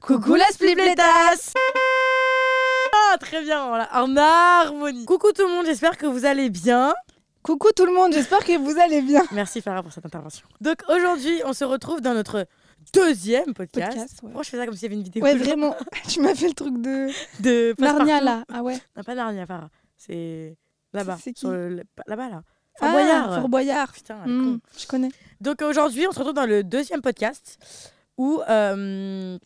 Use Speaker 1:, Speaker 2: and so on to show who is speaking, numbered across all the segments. Speaker 1: Coucou la splipletas Ah, très bien, voilà, en harmonie. Coucou tout le monde, j'espère que vous allez bien.
Speaker 2: Coucou tout le monde, j'espère que vous allez bien.
Speaker 1: Merci Farah pour cette intervention. Donc aujourd'hui, on se retrouve dans notre deuxième podcast.
Speaker 2: Podcast, ouais.
Speaker 1: Moi, je fais ça comme s'il y avait une vidéo
Speaker 2: Ouais, vraiment, tu m'as fait le truc de
Speaker 1: de passe-partout.
Speaker 2: Narnia là. Ah ouais.
Speaker 1: Non, pas Narnia, Farah. C'est là-bas.
Speaker 2: C'est- c'est qui
Speaker 1: sur le- le- Là-bas, là. Fort
Speaker 2: Ah,
Speaker 1: Boyard. Ah,
Speaker 2: Fort Boyard.
Speaker 1: Putain, elle est
Speaker 2: Hmm, je connais.
Speaker 1: Donc aujourd'hui, on se retrouve dans le deuxième podcast où euh,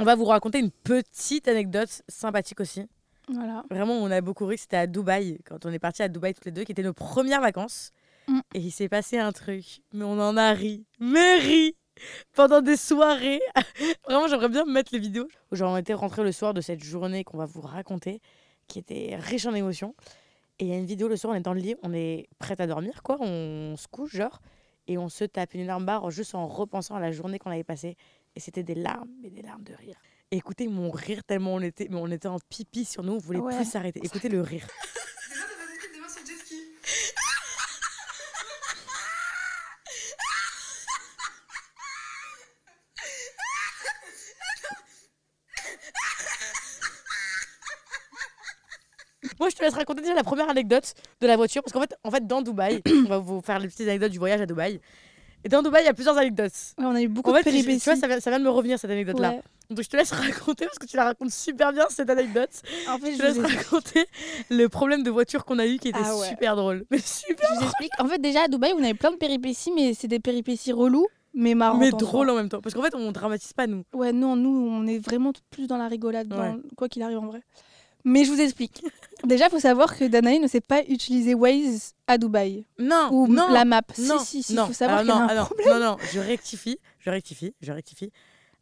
Speaker 1: on va vous raconter une petite anecdote sympathique aussi.
Speaker 2: Voilà.
Speaker 1: Vraiment, on a beaucoup ri, c'était à Dubaï, quand on est parti à Dubaï toutes les deux, qui étaient nos premières vacances.
Speaker 2: Mm.
Speaker 1: Et il s'est passé un truc, mais on en a ri, mais ri pendant des soirées. Vraiment, j'aimerais bien me mettre les vidéos. Genre, on était rentrés le soir de cette journée qu'on va vous raconter, qui était riche en émotions. Et il y a une vidéo le soir, on est dans le lit, on est prête à dormir, quoi. On se couche, genre, et on se tape une énorme barre juste en repensant à la journée qu'on avait passée. Et c'était des larmes, mais des larmes de rire. Et écoutez mon rire tellement on était, mais on était en pipi sur nous, on voulait
Speaker 2: Ouais.
Speaker 1: plus s'arrêter. Écoutez le rire.
Speaker 3: Déjà, t'as pas compris demain sur le jet ski.
Speaker 1: Moi, je te laisse raconter déjà la première anecdote de la voiture. Parce qu'en fait, en fait, dans Dubaï, on va vous faire les petites anecdotes du voyage à Dubaï. Et dans Dubaï, il y a plusieurs anecdotes.
Speaker 2: Ouais, on a eu beaucoup
Speaker 1: en fait,
Speaker 2: de péripéties.
Speaker 1: tu vois, ça vient, ça vient de me revenir cette anecdote-là.
Speaker 2: Ouais.
Speaker 1: Donc, je te laisse raconter parce que tu la racontes super bien cette anecdote.
Speaker 2: En fait,
Speaker 1: Je te
Speaker 2: je vous,
Speaker 1: laisse
Speaker 2: explique.
Speaker 1: raconter le problème de voiture qu'on a eu qui était
Speaker 2: Ah ouais.
Speaker 1: super drôle. Mais super,
Speaker 2: je vous explique. En fait, déjà à Dubaï, on avait plein de péripéties, mais c'est des péripéties reloues, mais marrantes.
Speaker 1: mais hein.
Speaker 2: en
Speaker 1: drôle en même temps. Parce qu'en fait, on dramatise pas nous.
Speaker 2: soi. Ouais, non, nous, on est vraiment plus dans la rigolade, dans-
Speaker 1: Ouais.
Speaker 2: quoi qu'il arrive en vrai. Mais je vous explique. déjà, faut savoir que Danae ne sait pas utiliser Waze à Dubaï
Speaker 1: Non,
Speaker 2: ou
Speaker 1: non,
Speaker 2: la map.
Speaker 1: non,
Speaker 2: si, si, si.
Speaker 1: non.
Speaker 2: faut savoir
Speaker 1: Alors,
Speaker 2: qu'il y a
Speaker 1: non,
Speaker 2: un
Speaker 1: alors,
Speaker 2: problème.
Speaker 1: non, non, je rectifie, je rectifie, je rectifie.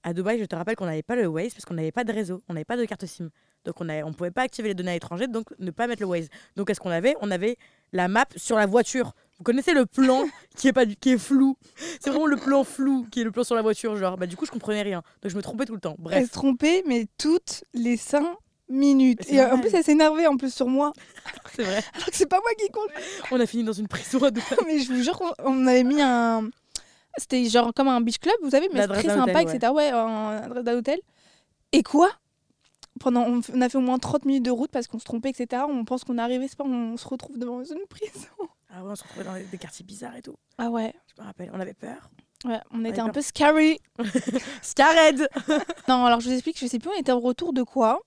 Speaker 1: À Dubaï, je te rappelle qu'on n'avait pas le Waze parce qu'on n'avait pas de réseau, on n'avait pas de carte SIM. Donc on ne on pouvait pas activer les données à l'étranger, donc ne pas mettre le Waze. Donc qu'est-ce qu'on avait On avait la map sur la voiture. Vous connaissez le plan qui est pas du- qui est flou. C'est vraiment le plan flou qui est le plan sur la voiture, genre. Bah du coup je comprenais rien, donc je me trompais tout le temps.
Speaker 2: Elle
Speaker 1: Bref.
Speaker 2: se trompait, mais toutes les 5 minutes.
Speaker 1: Mais c'est
Speaker 2: Et euh, en
Speaker 1: normal.
Speaker 2: plus, elle s'est énervée en plus sur moi.
Speaker 1: C'est vrai.
Speaker 2: Alors que c'est pas moi qui compte.
Speaker 1: On a fini dans une prison à Dubaï.
Speaker 2: mais je vous jure qu'on on avait mis un. C'était genre comme un beach club, vous savez, mais c'est
Speaker 1: L'adresse
Speaker 2: très
Speaker 1: d'un
Speaker 2: sympa,
Speaker 1: hôtel, ouais.
Speaker 2: etc. Ouais, un adresse d'un hôtel. Et quoi pendant, on f- on a fait au moins 30 minutes de route parce qu'on se trompait, etc. On pense qu'on est arrivé, c'est pas, on se retrouve devant une prison.
Speaker 1: Ah ouais, on se retrouvait dans des, des quartiers bizarres et tout.
Speaker 2: Ah ouais,
Speaker 1: Je me rappelle, on avait peur.
Speaker 2: ouais on était
Speaker 1: Ouais,
Speaker 2: un
Speaker 1: peur.
Speaker 2: peu scary.
Speaker 1: Scared.
Speaker 2: Non, alors je vous explique, je sais plus, on était en retour de quoi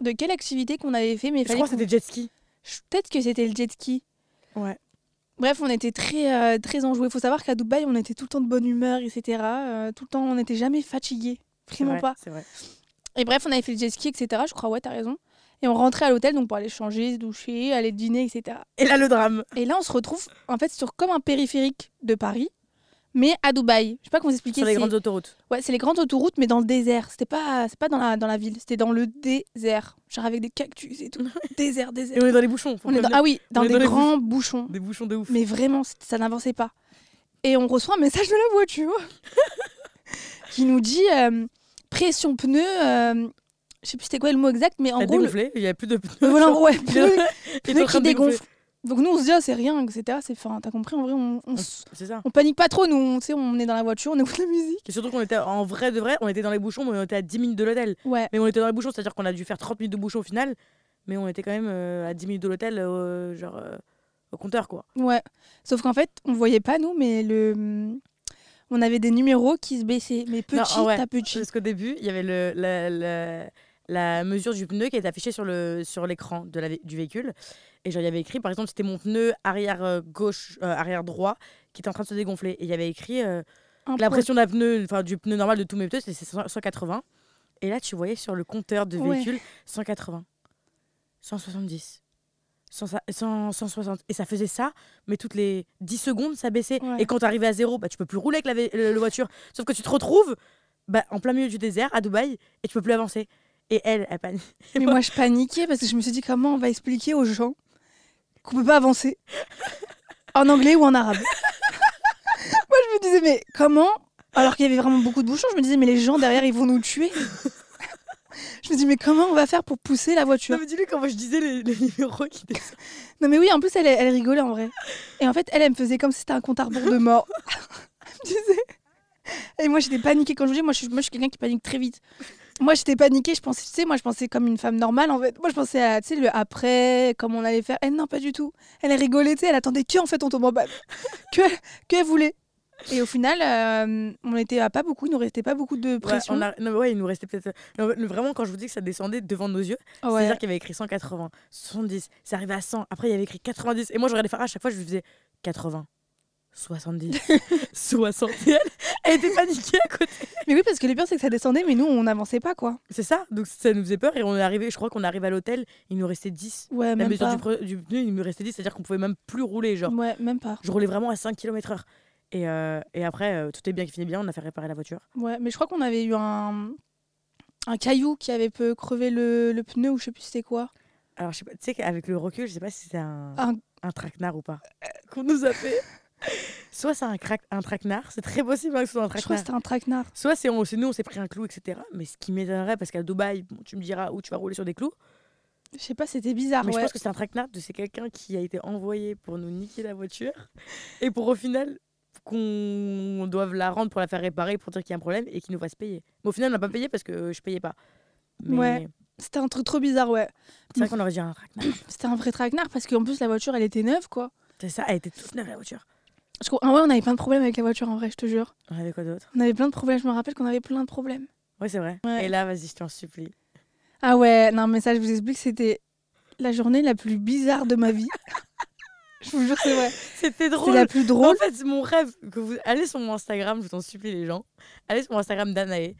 Speaker 2: De quelle activité qu'on avait fait, mais il
Speaker 1: Je
Speaker 2: fallait
Speaker 1: crois que c'était jet ski.
Speaker 2: Je- Peut-être que c'était le jet ski.
Speaker 1: Ouais.
Speaker 2: Bref, on était très, euh, très enjoués. Il faut savoir qu'à Dubaï, on était tout le temps de bonne humeur, etc. Euh, tout le temps, on n'était jamais fatigués.
Speaker 1: C'est
Speaker 2: Vraiment
Speaker 1: vrai,
Speaker 2: pas.
Speaker 1: C'est vrai.
Speaker 2: Et bref, on avait fait le jet ski, etc. Je crois, ouais, t'as raison. Et on rentrait à l'hôtel donc pour aller se changer, se doucher, aller dîner, etc.
Speaker 1: Et là le drame.
Speaker 2: Et là, on se retrouve en fait sur comme un périphérique de Paris, mais à Dubaï. Je sais pas comment vous expliquer.
Speaker 1: Sur les
Speaker 2: c'est-
Speaker 1: grandes autoroutes.
Speaker 2: Ouais, c'est les grandes autoroutes, mais dans le désert. C'était pas, c'est pas dans la, dans la ville, c'était dans le désert. Genre avec des cactus et tout. désert, désert.
Speaker 1: Et on est dans les bouchons. faut
Speaker 2: On est dans-
Speaker 1: prévenir.
Speaker 2: ah oui, dans
Speaker 1: est
Speaker 2: des
Speaker 1: dans les
Speaker 2: grands bouchons.
Speaker 1: Des bouchons de ouf.
Speaker 2: Mais vraiment, c- ça n'avançait pas. Et on reçoit un message de la voiture qui nous dit euh, pression pneu. euh, je sais plus c'était quoi le mot exact, mais en
Speaker 1: Elle
Speaker 2: gros. le-
Speaker 1: dégonflait, il n'y avait plus de pneus.
Speaker 2: le volant,
Speaker 1: genre.
Speaker 2: ouais,
Speaker 1: Il
Speaker 2: pneu,
Speaker 1: était en train
Speaker 2: pneu qui
Speaker 1: de dégonfler.
Speaker 2: dégonfle. Donc nous, on se dit, ah, c'est rien, etc. C'est fin, t'as compris, en vrai, on, on, s-
Speaker 1: C'est ça.
Speaker 2: on panique pas trop, nous, on, tu sais, on est dans la voiture, on écoute la musique.
Speaker 1: Et surtout qu'on était en vrai de vrai, on était dans les bouchons, mais on était à 10 minutes de l'hôtel.
Speaker 2: Ouais,
Speaker 1: Mais on était dans les bouchons, c'est-à-dire qu'on a dû faire 30 minutes de bouchons au final, mais on était quand même euh, à 10 minutes de l'hôtel, euh, genre euh, au compteur quoi.
Speaker 2: ouais. Sauf qu'en fait, on voyait pas, nous, mais le. On avait des numéros qui se baissaient, mais
Speaker 1: Non,
Speaker 2: petit
Speaker 1: ah ouais,
Speaker 2: à petit.
Speaker 1: Parce qu'au début, il y avait le, la, la- la mesure du pneu qui était affichée sur le sur l'écran de la vé- du véhicule. Et genre, il y avait écrit, par exemple, c'était mon pneu arrière euh, gauche, euh, arrière droit, qui était en train de se dégonfler. Et il y avait écrit. euh,
Speaker 2: Un
Speaker 1: La
Speaker 2: point.
Speaker 1: pression d'un pneu, enfin du pneu normal de tous mes pneus, c'est 100 180. Et là, tu voyais sur le compteur de
Speaker 2: Ouais.
Speaker 1: véhicule 180, 170, 100 100 160. Et ça faisait ça, mais toutes les 10 secondes, ça baissait.
Speaker 2: Ouais.
Speaker 1: Et quand t'arrivais à zéro, bah, tu peux plus rouler avec la, vé- le- le voiture. Sauf que tu te retrouves bah, en plein milieu du désert, à Dubaï, et tu peux plus avancer. Et elle, elle panique.
Speaker 2: Mais moi, je paniquais parce que je me suis dit comment on va expliquer aux gens qu'on peut pas avancer en anglais ou en arabe. moi, je me disais mais comment Alors qu'il y avait vraiment beaucoup de bouchons, je me disais mais les gens derrière ils vont nous tuer. je me dis mais comment on va faire pour pousser la voiture
Speaker 1: Non, mais dis-lui quand moi je disais les, les numéros qui étaient.
Speaker 2: Non mais oui, en plus elle, elle rigolait en vrai. Et en fait, elle, elle me faisait comme si c'était un compte à rebours de mort. elle me disait. Et moi j'étais paniquée quand je vous dis, moi je suis, moi, je suis quelqu'un qui panique très vite. Moi, j'étais paniquée. Je pensais, tu sais, moi, je pensais comme une femme normale, en fait. Moi, je pensais à, tu sais, le après, comment on allait faire. Elle, non, pas du tout. Elle rigolait, tu sais, elle attendait que, en fait, on tombe en panne. que, que elle voulait. Et au final, euh, on n'était à pas beaucoup, il nous restait pas beaucoup de
Speaker 1: Ouais,
Speaker 2: pression.
Speaker 1: on a- non, mais ouais, il nous restait peut-être. non, mais Vraiment, quand je vous dis que ça descendait devant nos yeux,
Speaker 2: Ah ouais.
Speaker 1: c'est-à-dire qu'il y avait écrit 180, 70, c'est arrivé à 100, après il y avait écrit 90. Et moi, je regardais Farah, à chaque fois, je lui faisais 80, 70, 60. Et elle, elle était paniquée à côté.
Speaker 2: Mais oui, parce que le pire, c'est que ça descendait, mais nous, on n'avançait pas, quoi.
Speaker 1: C'est ça, donc ça nous faisait peur. Et on est arrivé, je crois qu'on arrive à l'hôtel, il nous restait 10.
Speaker 2: Ouais,
Speaker 1: La
Speaker 2: même
Speaker 1: mesure
Speaker 2: pas.
Speaker 1: du, pre- du pneu, il nous restait 10, c'est-à-dire qu'on pouvait même plus rouler. Genre,
Speaker 2: Ouais, même pas.
Speaker 1: je roulais vraiment à 5 km/h. Et, euh, et après, euh, tout est bien qui finit bien, on a fait réparer la voiture.
Speaker 2: Ouais, mais je crois qu'on avait eu un, un caillou qui avait peu crevé le, le pneu ou je sais plus c'était quoi.
Speaker 1: Alors, je sais pas, tu sais, qu'avec le recul, je sais pas si c'était un,
Speaker 2: Un-
Speaker 1: un traquenard ou pas. Qu'on nous a fait. Soit c'est un, crac- un traquenard, c'est très possible hein, que ce soit un
Speaker 2: Je crois que
Speaker 1: traquenard.
Speaker 2: c'était un traquenard.
Speaker 1: Soit c'est on- c'est nous, on s'est pris un clou, etc. Mais ce qui m'étonnerait, parce qu'à Dubaï, bon, tu me diras où tu vas rouler sur des clous.
Speaker 2: Je sais pas, c'était bizarre.
Speaker 1: mais je
Speaker 2: Ah, ouais.
Speaker 1: pense que c'est un traquenard de c'est quelqu'un qui a été envoyé pour nous niquer la voiture. Et pour au final, qu'on doive la rendre pour la faire réparer, pour dire qu'il y a un problème et qu'il nous fasse payer. Mais au final, on n'a pas payé parce que euh, je payais pas. Mais
Speaker 2: Ouais. C'était un truc trop bizarre, ouais.
Speaker 1: c'est vrai qu'on aurait dit un traquenard.
Speaker 2: C'était un vrai traquenard parce qu'en plus la voiture elle était neuve quoi.
Speaker 1: C'est ça, elle était toute neuve la voiture.
Speaker 2: Je crois, ah ouais, on avait plein de problèmes avec la voiture en vrai, je te jure.
Speaker 1: On avait quoi d'autre
Speaker 2: On avait plein de problèmes, je me rappelle qu'on avait plein de problèmes.
Speaker 1: Ouais, c'est vrai.
Speaker 2: Ouais.
Speaker 1: Et là, vas-y, je t'en supplie.
Speaker 2: Ah ouais, non mais ça je vous explique, c'était la journée la plus bizarre de ma vie. je vous jure, c'est vrai.
Speaker 1: C'était
Speaker 2: C'est
Speaker 1: drôle.
Speaker 2: la plus
Speaker 1: En
Speaker 2: drôle.
Speaker 1: fait, mon rêve, que vous allez sur mon Instagram, je t'en supplie les gens, allez sur mon Instagram d'Anae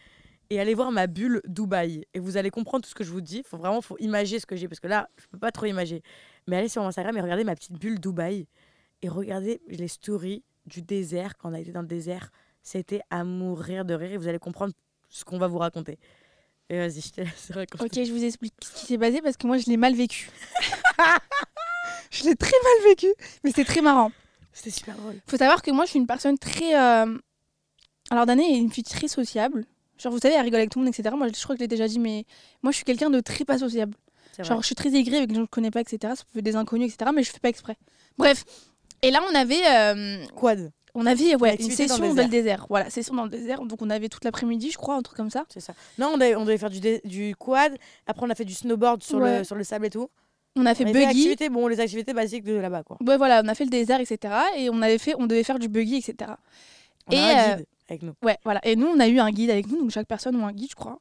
Speaker 1: et allez voir ma bulle Dubaï. Et vous allez comprendre tout ce que je vous dis. Faut vraiment, faut imager ce que j'ai parce que là, je peux pas trop imager. Mais allez sur mon Instagram et regardez ma petite bulle Dubaï et regardez les stories du désert quand on a été dans le désert. C'était à mourir de rire et vous allez comprendre ce qu'on va vous raconter. Et vas-y, je te laisse raconter.
Speaker 2: Ok, je vous explique ce qui s'est passé parce que moi je l'ai mal vécu. je l'ai très mal vécu, mais c'était très marrant.
Speaker 1: C'était super drôle.
Speaker 2: Faut savoir que moi, je suis une personne très. euh, Alors, Danae est une fille très sociable. Genre, vous savez, elle rigole avec tout le monde, etc. Moi, je crois que je l'ai déjà dit, mais moi, je suis quelqu'un de très pas sociable.
Speaker 1: C'est vrai.
Speaker 2: Genre, je suis très aigrie avec des gens que je connais pas, etc. Ça peut être des inconnus, etc. Mais je fais pas exprès. Bref. Et là, on avait. euh,
Speaker 1: quad,
Speaker 2: On avait ouais, une,
Speaker 1: activité dans
Speaker 2: session
Speaker 1: le
Speaker 2: dans le désert. Voilà, session dans le désert. Donc, on avait toute l'après-midi, je crois, un truc comme ça.
Speaker 1: c'est ça. Non, on devait, on devait faire du, dé- du quad. Après, on a fait du snowboard sur, le,
Speaker 2: Ouais.
Speaker 1: sur le sable et tout.
Speaker 2: On a fait
Speaker 1: On a fait
Speaker 2: buggy.
Speaker 1: activités- bon, les activités basiques de là-bas, quoi.
Speaker 2: Ouais, voilà, on a fait le désert, etc. Et on, avait fait, on devait faire du buggy, etc.
Speaker 1: On
Speaker 2: Et,
Speaker 1: a un
Speaker 2: euh,
Speaker 1: guide avec nous.
Speaker 2: Ouais, voilà. Et nous, on a eu un guide avec nous. Donc, chaque personne a un guide, je crois.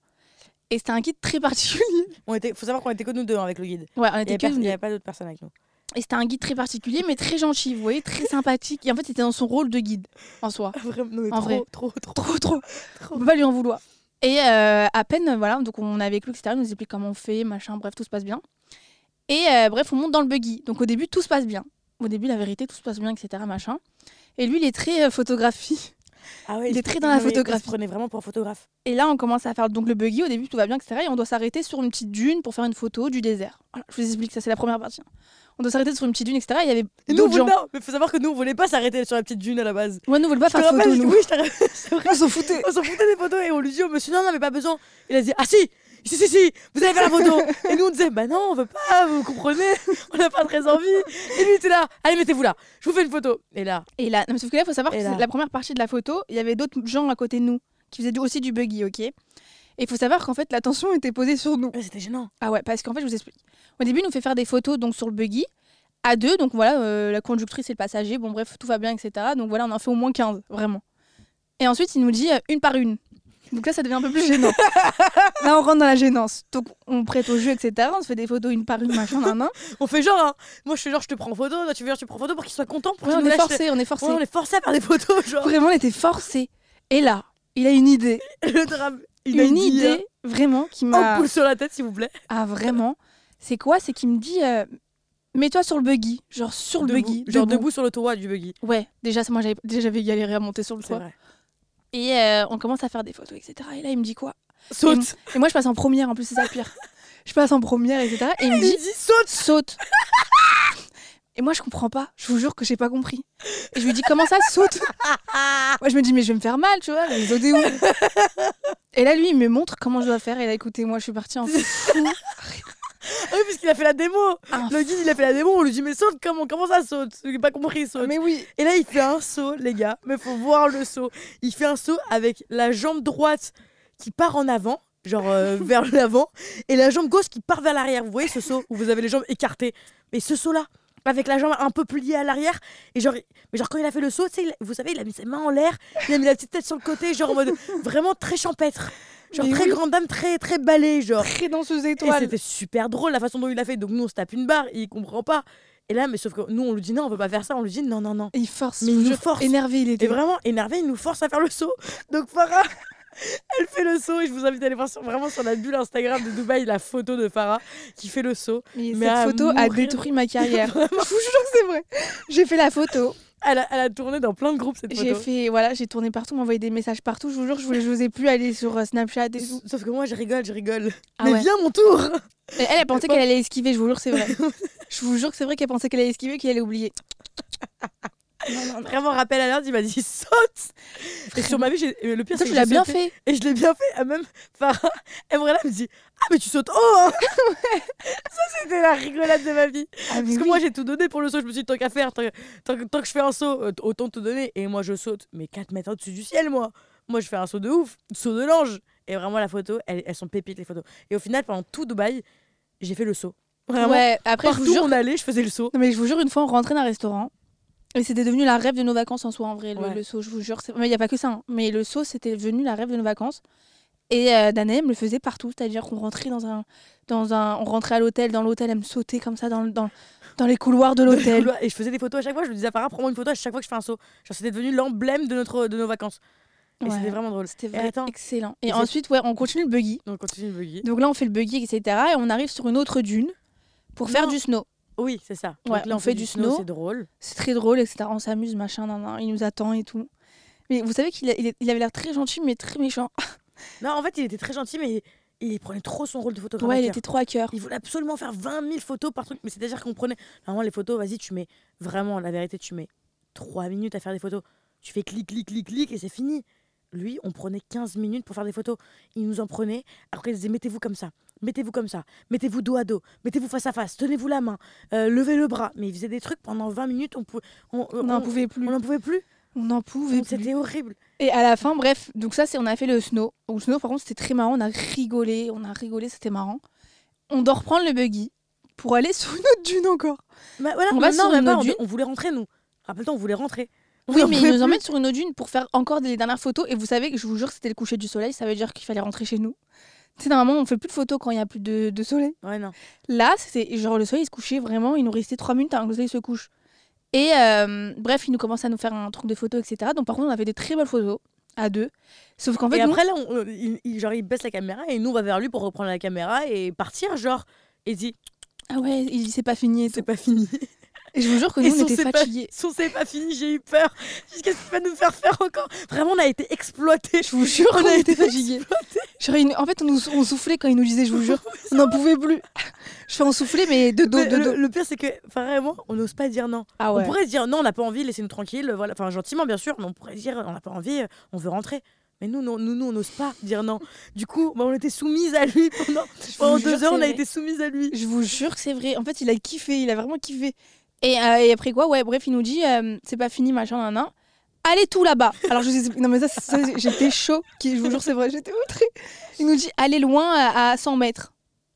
Speaker 2: Et c'était un guide très particulier.
Speaker 1: On était, faut savoir qu'on était que nous deux hein, avec le guide.
Speaker 2: Ouais,
Speaker 1: Il
Speaker 2: on
Speaker 1: n'y avait,
Speaker 2: était Ah, que
Speaker 1: pers- il
Speaker 2: nous
Speaker 1: y
Speaker 2: deux.
Speaker 1: avait pas d'autres personnes avec nous.
Speaker 2: Et c'était un guide très particulier, mais très gentil, vous voyez, très sympathique. Et en fait, c'était dans son rôle de guide, en soi.
Speaker 1: Vraiment, non, mais
Speaker 2: En
Speaker 1: trop,
Speaker 2: vrai.
Speaker 1: trop, trop.
Speaker 2: Trop, trop. On peut pas lui en vouloir. Et euh, à peine, voilà, donc on est avec lui, etc. Il nous explique comment on fait, machin, bref, tout se passe bien. Et euh, bref, on monte dans le buggy. Donc au début, tout se passe bien. Au début, la vérité, tout se passe bien, etc. Machin. Et lui, il est très euh, photographie.
Speaker 1: Ah ouais,
Speaker 2: Il
Speaker 1: se-
Speaker 2: est très dans la
Speaker 1: non, mais Il
Speaker 2: photographie.
Speaker 1: se prenait vraiment pour un photographe.
Speaker 2: Et là, on commence à faire donc le buggy. Au début, tout va bien, etc. Et on doit s'arrêter sur une petite dune pour faire une photo du désert. Voilà, je vous explique, ça, c'est la première partie. On doit s'arrêter sur une petite dune, etc. Il y avait
Speaker 1: Et nous,
Speaker 2: d'autres
Speaker 1: vous,
Speaker 2: gens.
Speaker 1: non, mais faut savoir que nous, on voulait pas s'arrêter sur la petite dune à la base.
Speaker 2: Ouais, nous, on voulait pas
Speaker 1: Je te
Speaker 2: faire photo,
Speaker 1: rappelle,
Speaker 2: nous.
Speaker 1: oui, je te rappelle, c'est vrai.
Speaker 2: On s'en foutait.
Speaker 1: On s'en foutait des photos et on lui dit au monsieur, non, non, mais pas besoin. Il a dit, ah si, si, si, si, vous allez faire la photo. et nous, on disait, bah non, on veut pas, vous comprenez, on n'a pas très envie. Et lui, il était là, allez, mettez-vous là, je vous fais une photo. Et là,
Speaker 2: Et là, non, mais sauf que là, il faut savoir
Speaker 1: Et
Speaker 2: que
Speaker 1: là.
Speaker 2: c'est la première partie de la photo, il y avait d'autres gens à côté de nous qui faisaient du- aussi du buggy, ok Et il faut savoir qu'en fait, l'attention était posée sur nous.
Speaker 1: ouais, c'était gênant.
Speaker 2: Ah ouais, parce qu'en fait, je vous explique. Au début, il nous fait faire des photos donc sur le buggy, à deux, donc voilà, euh, la conductrice et le passager, bon bref, tout va bien, etc. Donc voilà, on en fait au moins 15, vraiment. Et ensuite, il nous dit euh, une par une. Donc là, ça devient un peu plus gênant. là, on rentre dans la gênance. Donc, on prête au jeu, etc. On se fait des photos une par une, machin, nan, nan.
Speaker 1: On fait genre, hein. moi je fais genre, je te prends en photo, toi tu veux genre, tu prends en photo pour qu'il soit content, pour
Speaker 2: Ouais,
Speaker 1: qu'il
Speaker 2: on
Speaker 1: nous
Speaker 2: est
Speaker 1: lâche-
Speaker 2: forcé, on est forcé.
Speaker 1: Ouais, on est forcé à faire des photos, genre.
Speaker 2: Vraiment, on était forcé. Et là, il a une idée.
Speaker 1: Le drame. Il a
Speaker 2: une
Speaker 1: dit, hein.
Speaker 2: idée Bah. vraiment qui
Speaker 1: euh, Un
Speaker 2: m'a
Speaker 1: pouce sur la tête, s'il vous plaît.
Speaker 2: ah vraiment c'est quoi c'est qu'il me dit euh, mets-toi sur le buggy genre sur le
Speaker 1: Debout,
Speaker 2: buggy
Speaker 1: Genre debout sur le toit du buggy.
Speaker 2: ouais déjà c'est- moi j'avais déjà j'avais galéré à monter sur le
Speaker 1: C'est
Speaker 2: toit
Speaker 1: vrai.
Speaker 2: et euh, on commence à faire des photos etc et là il me dit quoi
Speaker 1: Saute.
Speaker 2: et moi je passe en première en plus c'est ça le pire je passe en première etc et il me
Speaker 1: Il dit
Speaker 2: dit
Speaker 1: saute.
Speaker 2: saute et moi je comprends pas je vous jure que j'ai pas compris et je lui dis comment ça saute moi je me dis mais je vais me faire mal tu vois je vais sauter où et là lui il me montre comment je dois faire et là écoutez moi je suis partie en fou
Speaker 1: Oui, puisqu'il a fait la démo.
Speaker 2: un
Speaker 1: Le guide, il a fait la démo. On lui dit, mais saute comment Comment ça saute J'ai pas compris, saute.
Speaker 2: Mais oui.
Speaker 1: Et là, il fait un saut, les gars. Mais faut voir le saut. Il fait un saut avec la jambe droite qui part en avant. genre euh, vers l'avant, et la jambe gauche qui part vers l'arrière. Vous voyez ce saut où vous avez les jambes écartées Mais ce saut-là, avec la jambe un peu pliée à l'arrière, et genre, mais genre quand il a fait le saut, tu sais, il a- vous savez, il a mis ses mains en l'air, il a mis la petite tête sur le côté, genre en mode vraiment très champêtre. Genre
Speaker 2: Mais
Speaker 1: très
Speaker 2: oui.
Speaker 1: grande dame, très très balai, genre.
Speaker 2: Très danseuse
Speaker 1: Et
Speaker 2: étoile.
Speaker 1: c'était super drôle la façon dont il a fait. Donc nous on se tape une barre, il comprend pas. Et là, mais sauf que nous on lui dit non, on peut pas faire ça. On lui dit non, non, non.
Speaker 2: Et il force.
Speaker 1: Mais il
Speaker 2: je-
Speaker 1: nous force.
Speaker 2: Énervé, il
Speaker 1: Et
Speaker 2: était.
Speaker 1: vraiment énervé, il nous force à faire le saut. Donc Farah, elle fait le saut et je vous invite à aller voir sur- vraiment sur la bulle Instagram de Dubaï la photo de Farah qui fait le saut.
Speaker 2: Mais
Speaker 1: mais à
Speaker 2: cette photo a
Speaker 1: mourir.
Speaker 2: détruit ma carrière. je vous jure que c'est vrai. J'ai fait la photo.
Speaker 1: Elle a, elle a tourné dans plein de groupes cette
Speaker 2: J'ai
Speaker 1: photo.
Speaker 2: fait, voilà, j'ai tourné partout, on m'a envoyé des messages partout. Je vous jure, je voulais, je osais plus aller sur euh, Snapchat et tout.
Speaker 1: Sauf que moi je rigole, je rigole.
Speaker 2: Ah
Speaker 1: mais
Speaker 2: ouais.
Speaker 1: viens mon tour
Speaker 2: Et Elle, elle pensait qu'elle allait esquiver, je vous jure, c'est vrai. je vous jure que c'est vrai qu'elle pensait qu'elle allait esquiver, qu'elle allait oublier. Non, non, non.
Speaker 1: Vraiment rappel à l'heure, il m'a dit saute Et sur ma vie, j'ai- le pire c'est
Speaker 2: Toi, tu
Speaker 1: que
Speaker 2: l'as
Speaker 1: j'ai
Speaker 2: bien
Speaker 1: sauté.
Speaker 2: fait.
Speaker 1: Et je l'ai bien fait, à même Farah. Elle me regarde, elle me dit Ah, mais tu sautes haut hein. Ça, c'était la rigolade de ma vie.
Speaker 2: Ah, mais
Speaker 1: Parce que
Speaker 2: oui.
Speaker 1: moi, j'ai tout donné pour le saut. Je me suis dit Tant qu'à faire, tant, tant que- tant que je fais un saut, euh, autant tout donner. Et moi, je saute, mais 4 mètres au-dessus du ciel, moi. Moi, je fais un saut de ouf, saut de l'ange. Et vraiment, la photo, elles, elles sont pépites, les photos. Et au final, pendant tout Dubaï, j'ai fait le saut. Vraiment.
Speaker 2: Ouais, après, je vous
Speaker 1: Partout où
Speaker 2: jure.
Speaker 1: on allait, je faisais le saut.
Speaker 2: Non, mais je vous jure, une fois, on rentrait dans un restaurant. Et c'était devenu la rêve de nos vacances en soi, en vrai, le,
Speaker 1: Ouais.
Speaker 2: le saut, je vous jure. c'est- Mais il n'y a pas que ça. hein. Mais le saut, c'était devenu la rêve de nos vacances. Et euh, Danae, elle me le faisait partout. C'est-à-dire qu'on rentrait dans un, dans un. On rentrait à l'hôtel, dans l'hôtel, elle me sautait comme ça dans, le- dans, dans les couloirs de
Speaker 1: dans les
Speaker 2: l'hôtel.
Speaker 1: couloirs. Et je faisais des photos à chaque fois. Je me disais à Farah, prends-moi une photo à chaque fois que je fais un saut. Genre, c'était devenu l'emblème de, notre, de nos vacances. Et
Speaker 2: Ouais.
Speaker 1: c'était vraiment drôle.
Speaker 2: C'était
Speaker 1: Et
Speaker 2: vraiment
Speaker 1: attends.
Speaker 2: excellent.
Speaker 1: Et
Speaker 2: Et
Speaker 1: c'est-
Speaker 2: ensuite, ouais, on continue le buggy.
Speaker 1: Donc, continue de buggy.
Speaker 2: Donc là, on fait le buggy, etc. Et on arrive sur une autre dune pour faire
Speaker 1: Non.
Speaker 2: du snow.
Speaker 1: Oui, c'est ça.
Speaker 2: Ouais, on fait du snow.
Speaker 1: C'est drôle.
Speaker 2: C'est très drôle, etc. On s'amuse, machin, nan, nan. Il nous attend et tout. Mais vous savez qu'il a- il est- il avait l'air très gentil, mais très méchant.
Speaker 1: Non, en fait, il était très gentil, mais il, il prenait trop son rôle de photographe.
Speaker 2: Ouais,
Speaker 1: à
Speaker 2: il
Speaker 1: Oh, cœur.
Speaker 2: était trop à cœur.
Speaker 1: Il voulait absolument faire 20 000 photos par truc. Mais c'est-à-dire qu'on prenait. Normalement, les photos, vas-y, tu mets. Vraiment, la vérité, tu mets 3 minutes à faire des photos. Tu fais clic, clic, clic, clic et c'est fini. Lui, on prenait 15 minutes pour faire des photos. Il nous en prenait. Après, il disait mettez-vous comme ça. Mettez-vous comme ça. Mettez-vous dos à dos. Mettez-vous face à face. Tenez-vous la main. euh, levez le bras. Mais il faisait des trucs pendant 20 minutes. On pou- on-
Speaker 2: On n'en pouvait plus.
Speaker 1: on n'en pouvait plus.
Speaker 2: On n'en pouvait plus.
Speaker 1: C'était horrible.
Speaker 2: Et à la fin, bref, donc ça, c'est on a fait le snow. Donc, le snow, par contre, c'était très marrant. On a rigolé, on a rigolé, c'était marrant. On doit reprendre le buggy pour aller sur une autre dune encore.
Speaker 1: Bah, voilà,
Speaker 2: On va
Speaker 1: mais
Speaker 2: sur
Speaker 1: non, même
Speaker 2: une
Speaker 1: pas,
Speaker 2: autre
Speaker 1: on-
Speaker 2: dune.
Speaker 1: on, voulait rentrer, nous. Rappelle-toi, on voulait rentrer. On
Speaker 2: Oui,
Speaker 1: en
Speaker 2: mais
Speaker 1: pouvait
Speaker 2: ils nous
Speaker 1: plus.
Speaker 2: emmènent sur une autre dune pour faire encore des dernières photos. Et vous savez que je vous jure, c'était le coucher du soleil. Ça veut dire qu'il fallait rentrer chez nous. Tu sais, normalement, on fait plus de photos quand il n'y a plus de, de soleil.
Speaker 1: Ouais, non.
Speaker 2: Là, c'était genre le soleil il se couchait vraiment. Il nous restait trois minutes avant que le soleil se couche. Et euh, bref, ils nous commençaient à nous faire un truc de photos, etc. Donc, par contre, on avait des très belles photos à deux. Sauf qu'en fait,
Speaker 1: et
Speaker 2: nous,
Speaker 1: après, là, on- on- il, il- genre, il baisse la caméra et nous, on va vers lui pour reprendre la caméra et partir, genre. Et il dit,
Speaker 2: ah ouais, il dit, c'est pas fini et tout.
Speaker 1: c'est pas fini.
Speaker 2: Et je vous jure que
Speaker 1: Et
Speaker 2: nous,
Speaker 1: son
Speaker 2: on était
Speaker 1: c'est pas-
Speaker 2: fatigués.
Speaker 1: Son c'est pas fini, j'ai eu peur. Qu'est-ce qu'il va nous faire faire encore Vraiment, on a été exploités.
Speaker 2: Je vous jure
Speaker 1: On
Speaker 2: qu'on
Speaker 1: a
Speaker 2: était
Speaker 1: été
Speaker 2: fatigués. Genre, ils nous- en fait, on, nous, on soufflait quand ils nous disaient, je vous jure, on n'en pouvait plus. Je fais en souffler, mais de dos,
Speaker 1: Mais
Speaker 2: de
Speaker 1: le,
Speaker 2: dos.
Speaker 1: le pire, c'est que, vraiment, on n'ose pas dire non.
Speaker 2: Ah
Speaker 1: On pourrait dire non, on n'a pas envie, laissez-nous tranquille, voilà. Enfin, gentiment, bien sûr, mais on pourrait dire on n'a pas envie, euh, on veut rentrer. Mais nous, non, nous, nous, on n'ose pas dire non. Du coup, bah, on était soumise à lui pendant,
Speaker 2: Je
Speaker 1: pendant
Speaker 2: vous jure,
Speaker 1: deux heures, on
Speaker 2: c'est
Speaker 1: a
Speaker 2: vrai.
Speaker 1: été soumise à lui.
Speaker 2: Je vous jure que c'est vrai. En fait, il a kiffé, il a vraiment kiffé. Et, euh, et après quoi, ouais, bref, il nous dit, euh, c'est pas fini, machin, nan, nan. Allez tout là-bas. Alors je dis, non mais ça, c'est- ça, j'étais chaud. Je vous jure, c'est vrai, j'étais outrée. Il nous dit, allez loin euh, à, à 100 mètres.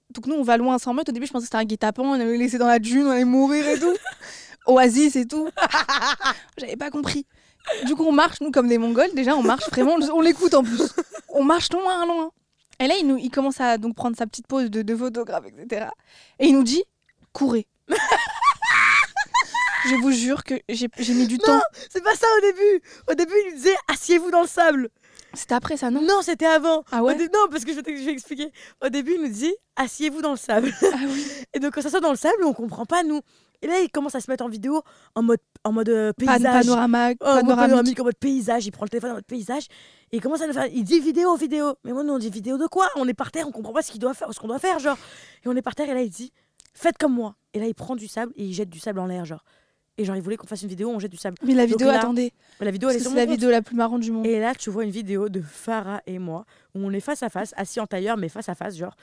Speaker 2: Donc nous, on va loin à 100 mètres. Au début, je pensais que c'était un guet-apens. On allait nous laisser dans la dune, on allait mourir et tout. Oasis et tout. J'avais pas compris. Du coup, on marche, nous, comme des Mongols. Déjà, on marche vraiment, on l'écoute en plus. On marche loin, loin. Et là, il, nous, il commence à donc prendre sa petite pause de, de photographe, etc. Et il nous dit courez. je vous jure que j'ai j'ai mis du
Speaker 1: Non.
Speaker 2: temps.
Speaker 1: C'est pas ça au début. Au début, il nous disait asseyez-vous dans le sable.
Speaker 2: C'était après ça,
Speaker 1: Non,
Speaker 2: non
Speaker 1: c'était avant.
Speaker 2: Ah
Speaker 1: Au
Speaker 2: ouais
Speaker 1: dé- non, parce que je vais, t- je vais expliquer. Au début, il nous dit asseyez-vous dans le sable.
Speaker 2: Ah oui.
Speaker 1: Et donc, quand ça soit dans le sable, on comprend pas, nous. Et là, il commence à se mettre en vidéo en mode, en mode euh,
Speaker 2: Pan-
Speaker 1: paysage. Oh, en
Speaker 2: panorama,
Speaker 1: mode
Speaker 2: panoramique.
Speaker 1: panoramique, en mode paysage, il prend le téléphone en mode paysage et il commence à nous faire. Il dit vidéo, vidéo. Mais moi, nous, on dit vidéo de quoi On est par terre, on comprend pas ce qu'il doit faire, ce qu'on doit faire, genre. Et on est par terre et là, il dit faites comme moi. Et là, il prend du sable et il jette du sable en l'air, genre. Et genre, il voulait qu'on fasse une vidéo où on jette du sable.
Speaker 2: Mais la
Speaker 1: Donc
Speaker 2: vidéo,
Speaker 1: là,
Speaker 2: attendez,
Speaker 1: Mais la vidéo,
Speaker 2: parce
Speaker 1: elle
Speaker 2: que
Speaker 1: est sur
Speaker 2: c'est
Speaker 1: mon
Speaker 2: la
Speaker 1: compte.
Speaker 2: vidéo la plus marrante du monde.
Speaker 1: Et là, tu vois une vidéo de Farah et moi où on est face à face, assis en tailleur, mais face à face, genre.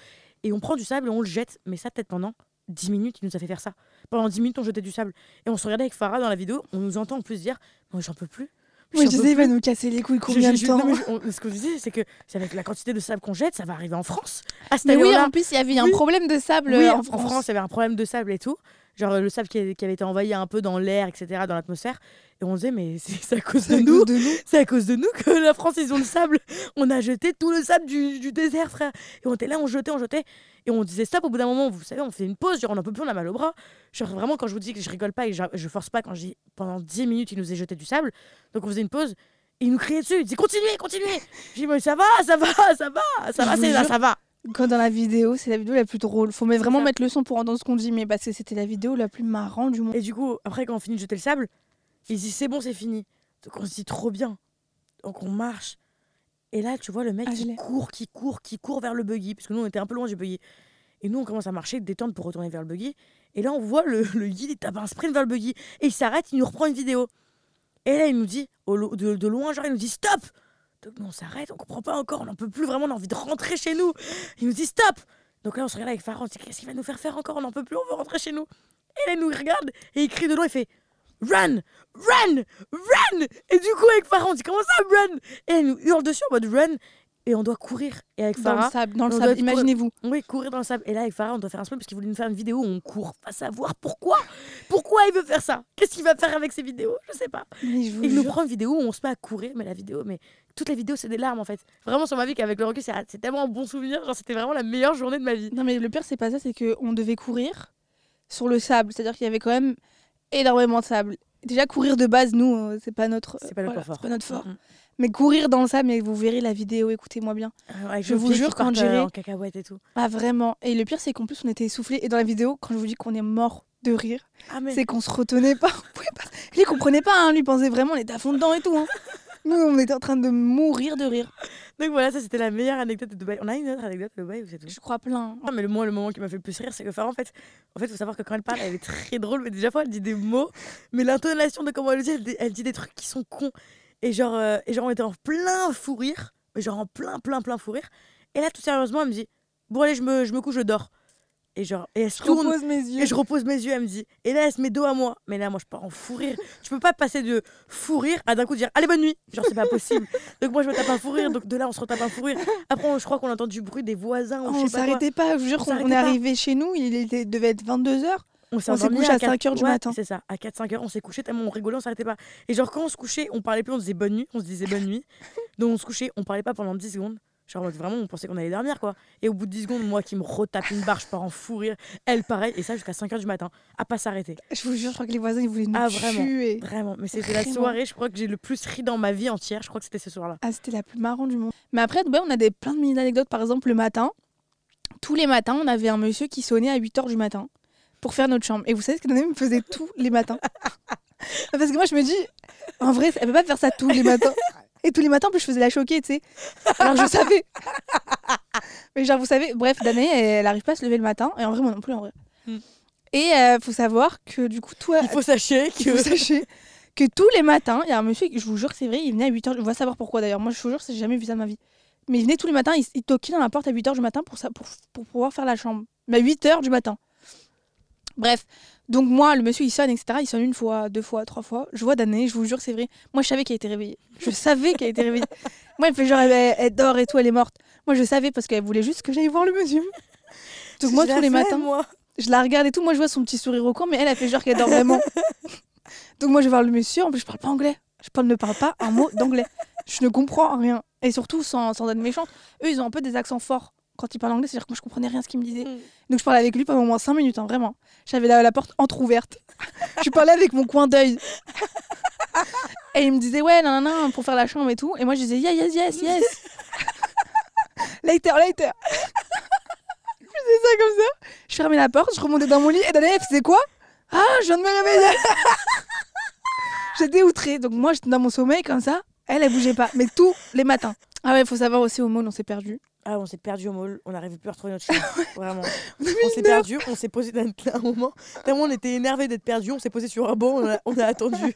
Speaker 1: Et on prend du sable et on le jette. Mais ça, peut-être pendant 10 minutes, il nous a fait faire ça. Pendant 10 minutes, on jetait du sable. Et on se regardait avec Farah dans la vidéo. On nous entend en plus dire Non, j'en peux plus.
Speaker 2: Moi, je
Speaker 1: j'en peux
Speaker 2: disais, il va
Speaker 1: plus.
Speaker 2: nous casser les couilles
Speaker 1: Je-
Speaker 2: combien
Speaker 1: je-
Speaker 2: de
Speaker 1: je- non,
Speaker 2: temps
Speaker 1: mais je- on- Ce qu'on disait, c'est que c'est avec la quantité de sable qu'on jette, ça va arriver en France. À cette
Speaker 2: Mais oui,
Speaker 1: allure-là.
Speaker 2: en plus, il y avait un
Speaker 1: Oui.
Speaker 2: problème de sable
Speaker 1: Oui,
Speaker 2: euh, en France.
Speaker 1: il y avait un problème de sable et tout. Genre le sable qui, qui avait été envoyé un peu dans l'air, etc., dans l'atmosphère. Et on disait, mais c'est c'est à cause
Speaker 2: C'est
Speaker 1: de
Speaker 2: à
Speaker 1: nous,
Speaker 2: cause de nous.
Speaker 1: c'est à cause de nous que la France, ils ont le sable. On a jeté tout le sable du, du désert, frère. Et on était là, on jetait, on jetait. Et on disait stop au bout d'un moment, vous savez, on fait une pause, genre on en peut plus, on a mal au bras. Genre vraiment, quand je vous dis que je rigole pas et je, je force pas, quand je dis pendant 10 minutes, ils nous aient jeté du sable. Donc on faisait une pause. Et ils nous criaient dessus, ils disaient continuez, continuez. Je dis, mais ça va, ça va, ça va, ça
Speaker 2: Je
Speaker 1: va,
Speaker 2: vous
Speaker 1: c'est là,
Speaker 2: jure.
Speaker 1: ça va.
Speaker 2: Quand dans la vidéo, c'est la vidéo la plus drôle. Faut mais vraiment
Speaker 1: ça.
Speaker 2: mettre le son pour entendre ce qu'on dit, mais parce que c'était la vidéo la plus marrante du monde.
Speaker 1: Et du coup, après, quand on finit de jeter le sable, ils disent c'est bon, c'est fini. Donc on se dit trop bien. Donc on marche. Et là, tu vois le mec
Speaker 2: Ah, je l'ai.
Speaker 1: qui court, qui court, qui court vers le buggy, parce que nous on était un peu loin du buggy. Et nous on commence à marcher, détendre pour retourner vers le buggy. Et là on voit le, le guide, il tape un sprint vers le buggy. Et il s'arrête, il nous reprend une vidéo. Et là il nous dit, au lo- de, de loin, genre il nous dit stop Donc nous on s'arrête, on comprend pas encore, on n'en peut plus vraiment, on a envie de rentrer chez nous. Il nous dit stop Donc là on se regarde avec Farah, on se dit qu'est-ce qu'il va nous faire faire encore, on n'en peut plus, on veut rentrer chez nous. Et là il nous regarde, et il crie de loin, il fait Run! Run! Run! Et du coup, avec Farah, on dit comment ça, run? Et elle nous hurle dessus en mode run, et on doit courir. Et avec
Speaker 2: Dans le
Speaker 1: Farah,
Speaker 2: sable, dans le
Speaker 1: on
Speaker 2: sable,
Speaker 1: doit courir.
Speaker 2: imaginez-vous.
Speaker 1: oui, courir dans le sable. Et là, avec Farah, on doit faire un sprint parce qu'il voulait nous faire une vidéo où on court. Pas savoir pourquoi. Pourquoi il veut faire ça Qu'est-ce qu'il va faire avec ces vidéos Je sais pas.
Speaker 2: Mais je vous
Speaker 1: Il nous
Speaker 2: jure.
Speaker 1: prend une vidéo où on se met à courir, mais la vidéo, mais toute la vidéo, c'est des larmes en fait. Vraiment, sur ma vie, qu'avec le recul, c'est c'est tellement un bon souvenir. Genre, c'était vraiment la meilleure journée de ma vie.
Speaker 2: Non, mais le pire, c'est pas ça, c'est qu'on devait courir sur le sable. C'est-à-dire qu'il y avait quand même énormément de sable. Déjà, courir de base, nous, euh, c'est pas notre.
Speaker 1: C'est pas notre
Speaker 2: voilà,
Speaker 1: fort.
Speaker 2: c'est pas notre fort.
Speaker 1: Mhm.
Speaker 2: Mais courir dans le sable, mais vous verrez la vidéo, écoutez-moi bien.
Speaker 1: Euh, avec
Speaker 2: Je
Speaker 1: le
Speaker 2: vous
Speaker 1: pied qui
Speaker 2: jure, quand
Speaker 1: part, euh,
Speaker 2: j'irai-
Speaker 1: En cacahuète et tout.
Speaker 2: Ah, vraiment. Et le pire, c'est qu'en plus, on était essoufflés. Et dans la vidéo, quand je vous dis qu'on est mort de rire,
Speaker 1: Ah, mais.
Speaker 2: c'est qu'on se retenait pas. On pouvait pas. Lui, il comprenait pas. hein. Lui, il pensait vraiment, on était à fond dedans et tout. hein. Nous, on était en train de mourir de rire.
Speaker 1: Donc voilà, ça, c'était la meilleure anecdote de Dubaï. On a une autre anecdote de Dubaï ou c'est tout
Speaker 2: Je crois plein.
Speaker 1: Ah, mais le, moi, le moment qui m'a fait le plus rire, c'est que Farah, en fait, en fait, faut savoir que quand elle parle, elle est très drôle, mais déjà, fois, elle dit des mots, mais l'intonation de comment elle le dit, elle, dit- elle dit des trucs qui sont cons. Et genre, euh, et genre, on était en plein fou rire, mais genre en plein, plein, plein fou rire. Et là, tout sérieusement, elle me dit Bon, allez, je me, je me couche, je dors. Et genre, et elle se
Speaker 2: Je
Speaker 1: tourne,
Speaker 2: repose mes yeux.
Speaker 1: et je repose mes yeux, elle me dit. Et là, elle se met dos à moi. Mais là, moi, je pars en fou rire. Tu peux pas passer de fou rire à d'un coup dire Allez, bonne nuit. Genre, c'est pas possible. donc, moi, je me tape un fou rire. Donc, de là, on se retape un fou rire. Après, on- je crois qu'on entend du bruit des voisins. Ou Oh, je
Speaker 2: on
Speaker 1: sais pas quoi.
Speaker 2: s'arrêtait pas, je vous jure
Speaker 1: On
Speaker 2: qu'on on
Speaker 1: s'arrêtait
Speaker 2: est
Speaker 1: pas.
Speaker 2: arrivé chez nous, il était, devait être 22h.
Speaker 1: On s'est
Speaker 2: On s'est
Speaker 1: endormi
Speaker 2: couché à
Speaker 1: quatre-
Speaker 2: 5 heures du
Speaker 1: ouais,
Speaker 2: matin.
Speaker 1: C'est ça, à 4-5 heures, on s'est couché tellement on rigolait, on s'arrêtait pas. Et genre, quand on se couchait, on parlait plus, on se disait bonne nuit, on se disait bonne nuit. Donc on se couchait, on parlait pas pendant 10 secondes. Genre, en mode, vraiment, on pensait qu'on allait dormir, quoi. Et au bout de 10 secondes, moi qui me retape une barre, je pars en fou rire. Elle, pareil, et ça jusqu'à 5 heures du matin, à pas s'arrêter.
Speaker 2: Je vous jure, je crois que les voisins ils voulaient nous
Speaker 1: Ah, vraiment.
Speaker 2: tuer.
Speaker 1: Vraiment, mais c'était la
Speaker 2: Vraiment.
Speaker 1: soirée, je crois que j'ai le plus ri dans ma vie entière, je crois que c'était ce soir-là.
Speaker 2: Ah, c'était la plus marrante du monde. Mais après, ouais, on a des, plein de mini anecdotes. Par exemple, le matin, tous les matins, on avait un monsieur qui sonnait à 8h du matin pour faire notre chambre. Et vous savez ce que Nanem me faisait tous les matins Parce que moi, je me dis, en vrai, elle peut pas faire ça tous les matins. Et tous les matins, en plus, je faisais la choquer, tu sais. Alors, je savais. Mais genre, vous savez, bref, Danae, elle, elle arrive pas à se lever le matin. Et en vrai, moi non plus, en vrai.
Speaker 1: Hmm.
Speaker 2: Et euh, faut savoir que du coup, toi,
Speaker 1: Il faut sachez
Speaker 2: que vous
Speaker 1: que.
Speaker 2: sachez que tous les matins, il y a un monsieur, je vous jure, c'est vrai, il venait à 8h, je vais savoir pourquoi d'ailleurs, moi je vous jure, j'ai jamais vu ça de ma vie. Mais il venait tous les matins, il, il toquait dans la porte à 8h du matin pour, ça, pour, pour pouvoir faire la chambre. Mais à 8h du matin. Bref, donc moi, le monsieur, il sonne, etc. Il sonne une fois, deux fois, trois fois. Je vois Dané, je vous jure, c'est vrai. Moi, je savais qu'elle était réveillée. Je savais qu'elle était réveillée. Moi, elle me fait genre, elle, elle- elle dort et tout, elle est morte. Moi, je savais parce qu'elle voulait juste que j'aille voir le monsieur. Donc moi,
Speaker 1: J'ai
Speaker 2: tous les
Speaker 1: la flemme,
Speaker 2: matins,
Speaker 1: moi.
Speaker 2: je la regarde et tout, moi je vois son petit sourire au coin, mais elle a fait genre qu'elle dort vraiment. Donc moi je vais voir le monsieur, en plus je parle pas anglais. Je parle, ne parle pas un mot d'anglais. Je ne comprends rien. Et surtout, sans, sans être méchante, eux ils ont un peu des accents forts quand ils parlent anglais, c'est-à-dire que moi je comprenais rien à ce qu'ils me disaient.
Speaker 1: Mm.
Speaker 2: Donc je parlais avec lui pendant au moins 5 minutes, hein, vraiment. J'avais la, la porte entrouverte. je parlais avec mon coin d'œil. et il me disait ouais, nan, nan, nan, pour faire la chambre et tout. Et moi je disais yeah, yes, yes, yes. later, later. je faisais ça comme ça. Je fermais la porte, je remontais dans mon lit et Daniel elle faisait quoi Ah, je viens de me réveiller J'étais outrée, donc moi j'étais dans mon sommeil comme ça, elle elle bougeait pas, mais tous les matins. Ah ouais, faut savoir aussi au mall on s'est perdu.
Speaker 1: Ah, on s'est perdu au mall, on n'arrivait plus à retrouver notre chambre. Vraiment.
Speaker 2: avait
Speaker 1: On s'est perdu, on s'est posé d'un un moment. Tellement on était énervé d'être perdu, on s'est posé sur un banc, on a, on a attendu.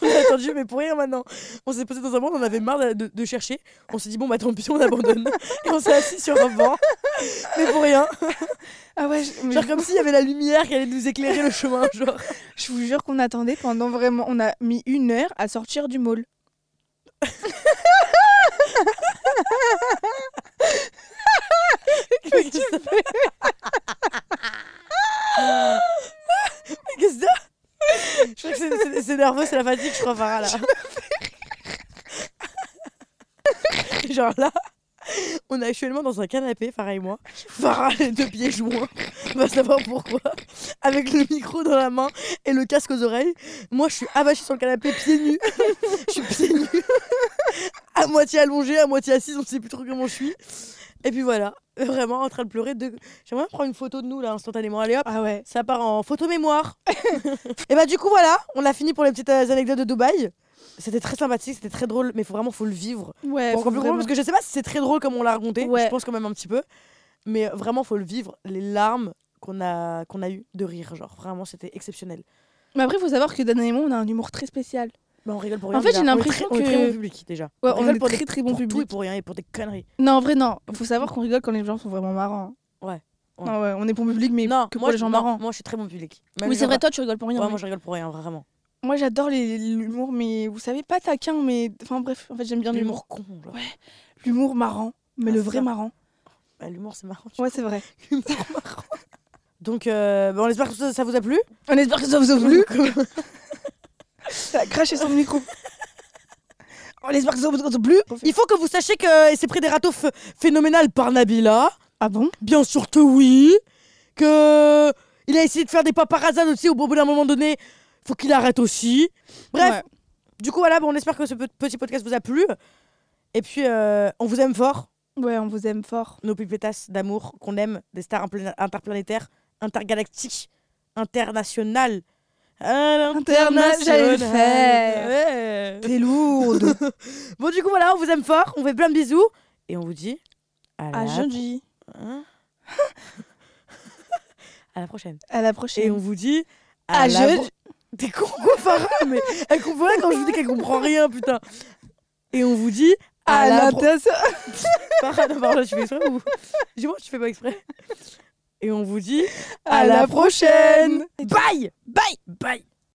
Speaker 1: on a attendu, mais pour rien maintenant. On s'est posé dans un banc, on en avait marre de, de- de chercher. On s'est dit, bon, bah tant pis, on abandonne. Et on s'est assis sur un banc. mais pour rien.
Speaker 2: Ah ouais, je, mais
Speaker 1: Genre comme s'il y avait la lumière qui allait nous éclairer le chemin, genre.
Speaker 2: je vous jure qu'on attendait pendant vraiment. On a mis une heure à sortir du mall.
Speaker 1: Qu'est-ce que tu fais Mais qu'est-ce que c'est Je crois que c'est- c'est- c'est nerveux, c'est la fatigue, je crois, par là. Genre là, on est actuellement dans un canapé, Farah et moi. Farah, les deux pieds joints, on va savoir pourquoi. Avec le micro dans la main et le casque aux oreilles. Moi, je suis avachée sur le canapé, pieds nus. Je suis pieds nus. À moitié allongée, à moitié assise, on ne sait plus trop comment je suis. Et puis voilà, vraiment en train de pleurer. De... J'aimerais bien prendre une photo de nous là instantanément. Allez hop,
Speaker 2: Ah ouais.
Speaker 1: ça part en photo mémoire. et bah du coup voilà, on l'a fini pour les petites euh, anecdotes de Dubaï. C'était très sympathique, c'était très drôle, mais faut vraiment faut le vivre.
Speaker 2: Ouais,
Speaker 1: Pour
Speaker 2: faut
Speaker 1: encore plus drôle,
Speaker 2: vraiment.
Speaker 1: parce que je sais pas si c'est très drôle comme on l'a raconté,
Speaker 2: Ouais.
Speaker 1: je pense quand même un petit peu, mais vraiment faut le vivre. Les larmes qu'on a qu'on a eu de rire, genre vraiment c'était exceptionnel.
Speaker 2: Mais après, il faut savoir que Dan et moi, on a un humour très spécial.
Speaker 1: Bah, on rigole pour
Speaker 2: En
Speaker 1: rien.
Speaker 2: fait, j'ai
Speaker 1: déjà. On est
Speaker 2: l'impression
Speaker 1: très- on est
Speaker 2: que-
Speaker 1: très bon public déjà.
Speaker 2: Ouais, on
Speaker 1: rigole
Speaker 2: est
Speaker 1: pour
Speaker 2: très
Speaker 1: des-
Speaker 2: très bon
Speaker 1: pour tout et
Speaker 2: public.
Speaker 1: pour rien et pour des conneries.
Speaker 2: Non, en vrai, non. Faut savoir qu'on rigole quand les gens sont vraiment marrants.
Speaker 1: Ouais, ouais.
Speaker 2: Ah ouais, on est bon public, mais
Speaker 1: non,
Speaker 2: que
Speaker 1: moi,
Speaker 2: pour les
Speaker 1: je-
Speaker 2: gens
Speaker 1: non,
Speaker 2: marrants.
Speaker 1: Moi je suis très bon public. Même
Speaker 2: Oui,
Speaker 1: les
Speaker 2: c'est
Speaker 1: gens
Speaker 2: vrai, toi, tu rigoles pour rien.
Speaker 1: Ouais,
Speaker 2: mais-
Speaker 1: moi je rigole pour rien, vraiment.
Speaker 2: Moi, j'adore les- l'humour, mais vous savez, pas taquin, mais. Enfin, bref, en fait, j'aime bien l'humour.
Speaker 1: L'humour con, genre.
Speaker 2: Ouais. L'humour marrant, mais
Speaker 1: Ah,
Speaker 2: le
Speaker 1: c'est
Speaker 2: vrai
Speaker 1: ça.
Speaker 2: marrant.
Speaker 1: Bah, l'humour, c'est marrant. tu
Speaker 2: Ouais, c'est vrai.
Speaker 1: Donc, euh, bah, on espère que ça, ça vous a plu.
Speaker 2: On espère que ça vous a plu. Ça a craché sur le micro. On espère que ça vous a plu.
Speaker 1: Il faut que vous sachiez que c'est pris des râteaux ph- phénoménales par Nabila.
Speaker 2: Ah bon
Speaker 1: Bien sûr que oui. Que il a essayé de faire des paparazzades aussi au bout d'un moment donné. Faut qu'il arrête aussi. Bref,
Speaker 2: Ouais.
Speaker 1: du coup, voilà, bon, on espère que ce pe- petit podcast vous a plu. Et puis, euh, on vous aime fort,
Speaker 2: Ouais. on vous aime fort.
Speaker 1: nos pipettas d'amour qu'on aime, des stars implé- interplanétaires, intergalactiques, internationales. Euh, À
Speaker 2: Interna- j'allais le
Speaker 1: l'international. Ouais.
Speaker 2: T'es lourde.
Speaker 1: Bon, du coup, voilà, on vous aime fort, on vous fait plein de bisous. Et on vous dit à la,
Speaker 2: à jeudi.
Speaker 1: Hein à la prochaine.
Speaker 2: À la
Speaker 1: Et
Speaker 2: prochaine.
Speaker 1: on vous dit
Speaker 2: À,
Speaker 1: la pro-
Speaker 2: jeudi.
Speaker 1: T'es con quoi, Farah Mais elle comprend rien quand je vous dis qu'elle comprend rien, putain. Et on vous dit à,
Speaker 2: À
Speaker 1: la
Speaker 2: la
Speaker 1: pro-
Speaker 2: prochaine.
Speaker 1: Farah, non, Farah, tu fais exprès ou Dis-moi, tu fais pas exprès. Et on vous dit
Speaker 2: À la prochaine.
Speaker 1: Bye Bye Bye